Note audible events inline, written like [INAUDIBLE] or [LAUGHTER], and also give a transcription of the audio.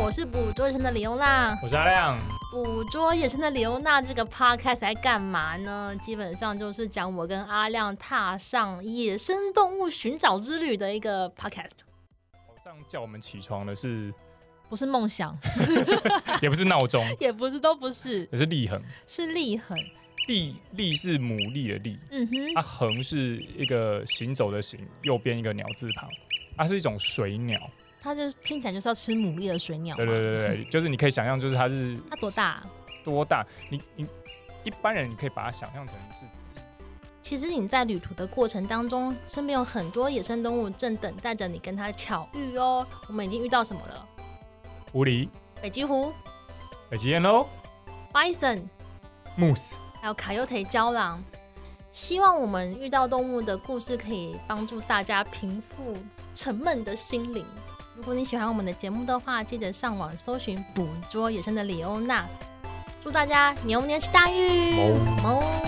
我是捕捉野生的李欧娜。我是阿亮，捕捉野生的李欧娜这个 podcast 来干嘛呢？基本上就是讲我跟阿亮踏上野生动物寻找之旅的一个 podcast，早上叫我们起床的是，不是梦想，也不是闹钟， [LAUGHS] 也不是都不是，也是立恒。是立恒。立立是牡蛎的立，嗯哼，啊恒是一个行走的行，右边一个鸟字旁，它、是一种水鸟。它就是听起来就是要吃牡蛎的水鸟嘛。对对对对对，就是你可以想象，就是它是它多大？多大，你你一般人你可以把它想象成是鸡。其实你在旅途的过程当中，身边有很多野生动物正等待着你跟它巧遇哦。我们已经遇到什么了？狐狸、北极狐、北极燕喽、 bison、 moose。还有卡尤腿胶囊。希望我们遇到动物的故事可以帮助大家平复沉闷的心灵。如果你喜欢我们的节目的话，记得上网搜寻“捕捉野生的李欧娜”。祝大家牛年行大运！猫猫